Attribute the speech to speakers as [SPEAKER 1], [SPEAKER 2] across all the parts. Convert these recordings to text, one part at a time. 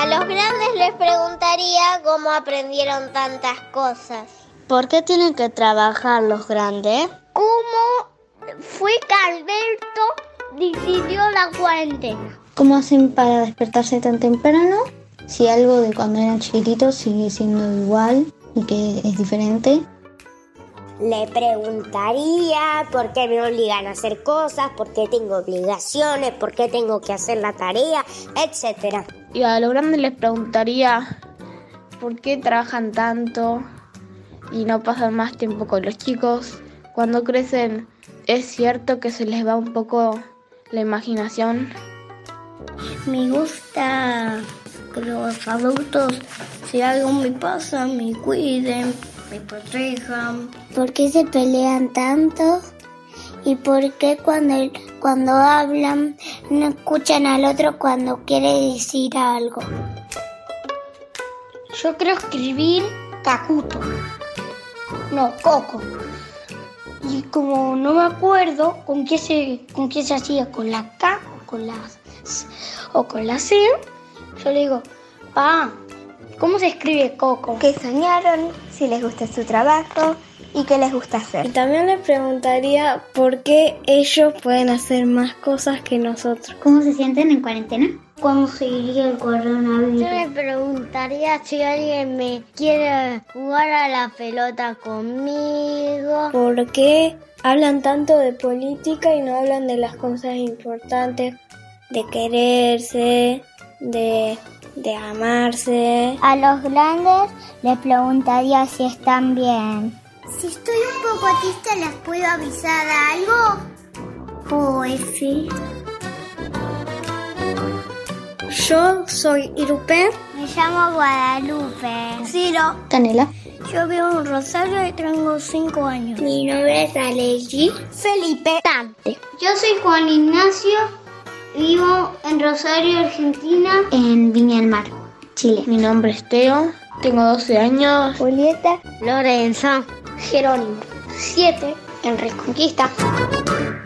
[SPEAKER 1] tardes les preguntaría cómo aprendieron tantas cosas.
[SPEAKER 2] ¿Por qué tienen que trabajar los grandes?
[SPEAKER 1] ¿Cómo fue que Alberto decidió la cuarentena?
[SPEAKER 3] ¿Cómo hacen para despertarse tan temprano? Si algo de cuando eran chiquititos sigue siendo igual y que es diferente.
[SPEAKER 4] Le preguntaría por qué me obligan a hacer cosas, por qué tengo obligaciones, por qué tengo que hacer la tarea, etc.
[SPEAKER 5] Y a los grandes les preguntaría por qué trabajan tanto y no pasan más tiempo con los chicos. Cuando crecen, es cierto que se les va un poco la imaginación.
[SPEAKER 6] Me gusta que los adultos, si algo me pasa, me cuiden, me protejan.
[SPEAKER 7] ¿Por qué se pelean tanto? ¿Y por qué cuando, cuando hablan no escuchan al otro cuando quiere decir algo?
[SPEAKER 8] Yo creo escribir Cacuto. No, Coco. Y como no me acuerdo con qué se, con qué se hacía, con la K o con la, o con la C, yo le digo, pa, ¿Cómo se escribe Coco?
[SPEAKER 9] ¿Qué soñaron? Si les gusta su trabajo y qué les gusta hacer.
[SPEAKER 10] Y también les preguntaría por qué ellos pueden hacer más cosas que nosotros.
[SPEAKER 11] ¿Cómo se sienten en cuarentena?
[SPEAKER 12] ¿Cómo seguiría el coronavirus?
[SPEAKER 13] Yo les preguntaría si alguien me quiere jugar a la pelota conmigo.
[SPEAKER 10] ¿Por qué hablan tanto de política y no hablan de las cosas importantes? De quererse, de de amarse.
[SPEAKER 7] A los grandes les preguntaría si están bien.
[SPEAKER 14] Si estoy un poco triste, ¿les puedo avisar algo?
[SPEAKER 7] Pues sí.
[SPEAKER 10] Yo soy Irupe.
[SPEAKER 15] Me llamo Guadalupe.
[SPEAKER 16] Ciro.
[SPEAKER 3] Canela.
[SPEAKER 17] Yo vivo en Rosario y tengo 5 años.
[SPEAKER 18] Mi nombre es Alegi.
[SPEAKER 19] Felipe. Tante.
[SPEAKER 20] Yo soy Juan Ignacio Vivo en Rosario, Argentina.
[SPEAKER 10] En Viña del Mar, Chile.
[SPEAKER 5] Mi nombre es Teo, tengo 12 años.
[SPEAKER 12] Julieta.
[SPEAKER 9] Lorenzo.
[SPEAKER 1] Jerónimo. 7. En Reconquista.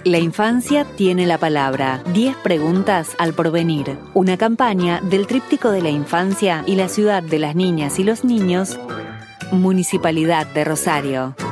[SPEAKER 2] La infancia tiene la palabra. 10 preguntas al porvenir. Una campaña del Tríptico de la Infancia y la Ciudad de las Niñas y los Niños. Municipalidad de Rosario.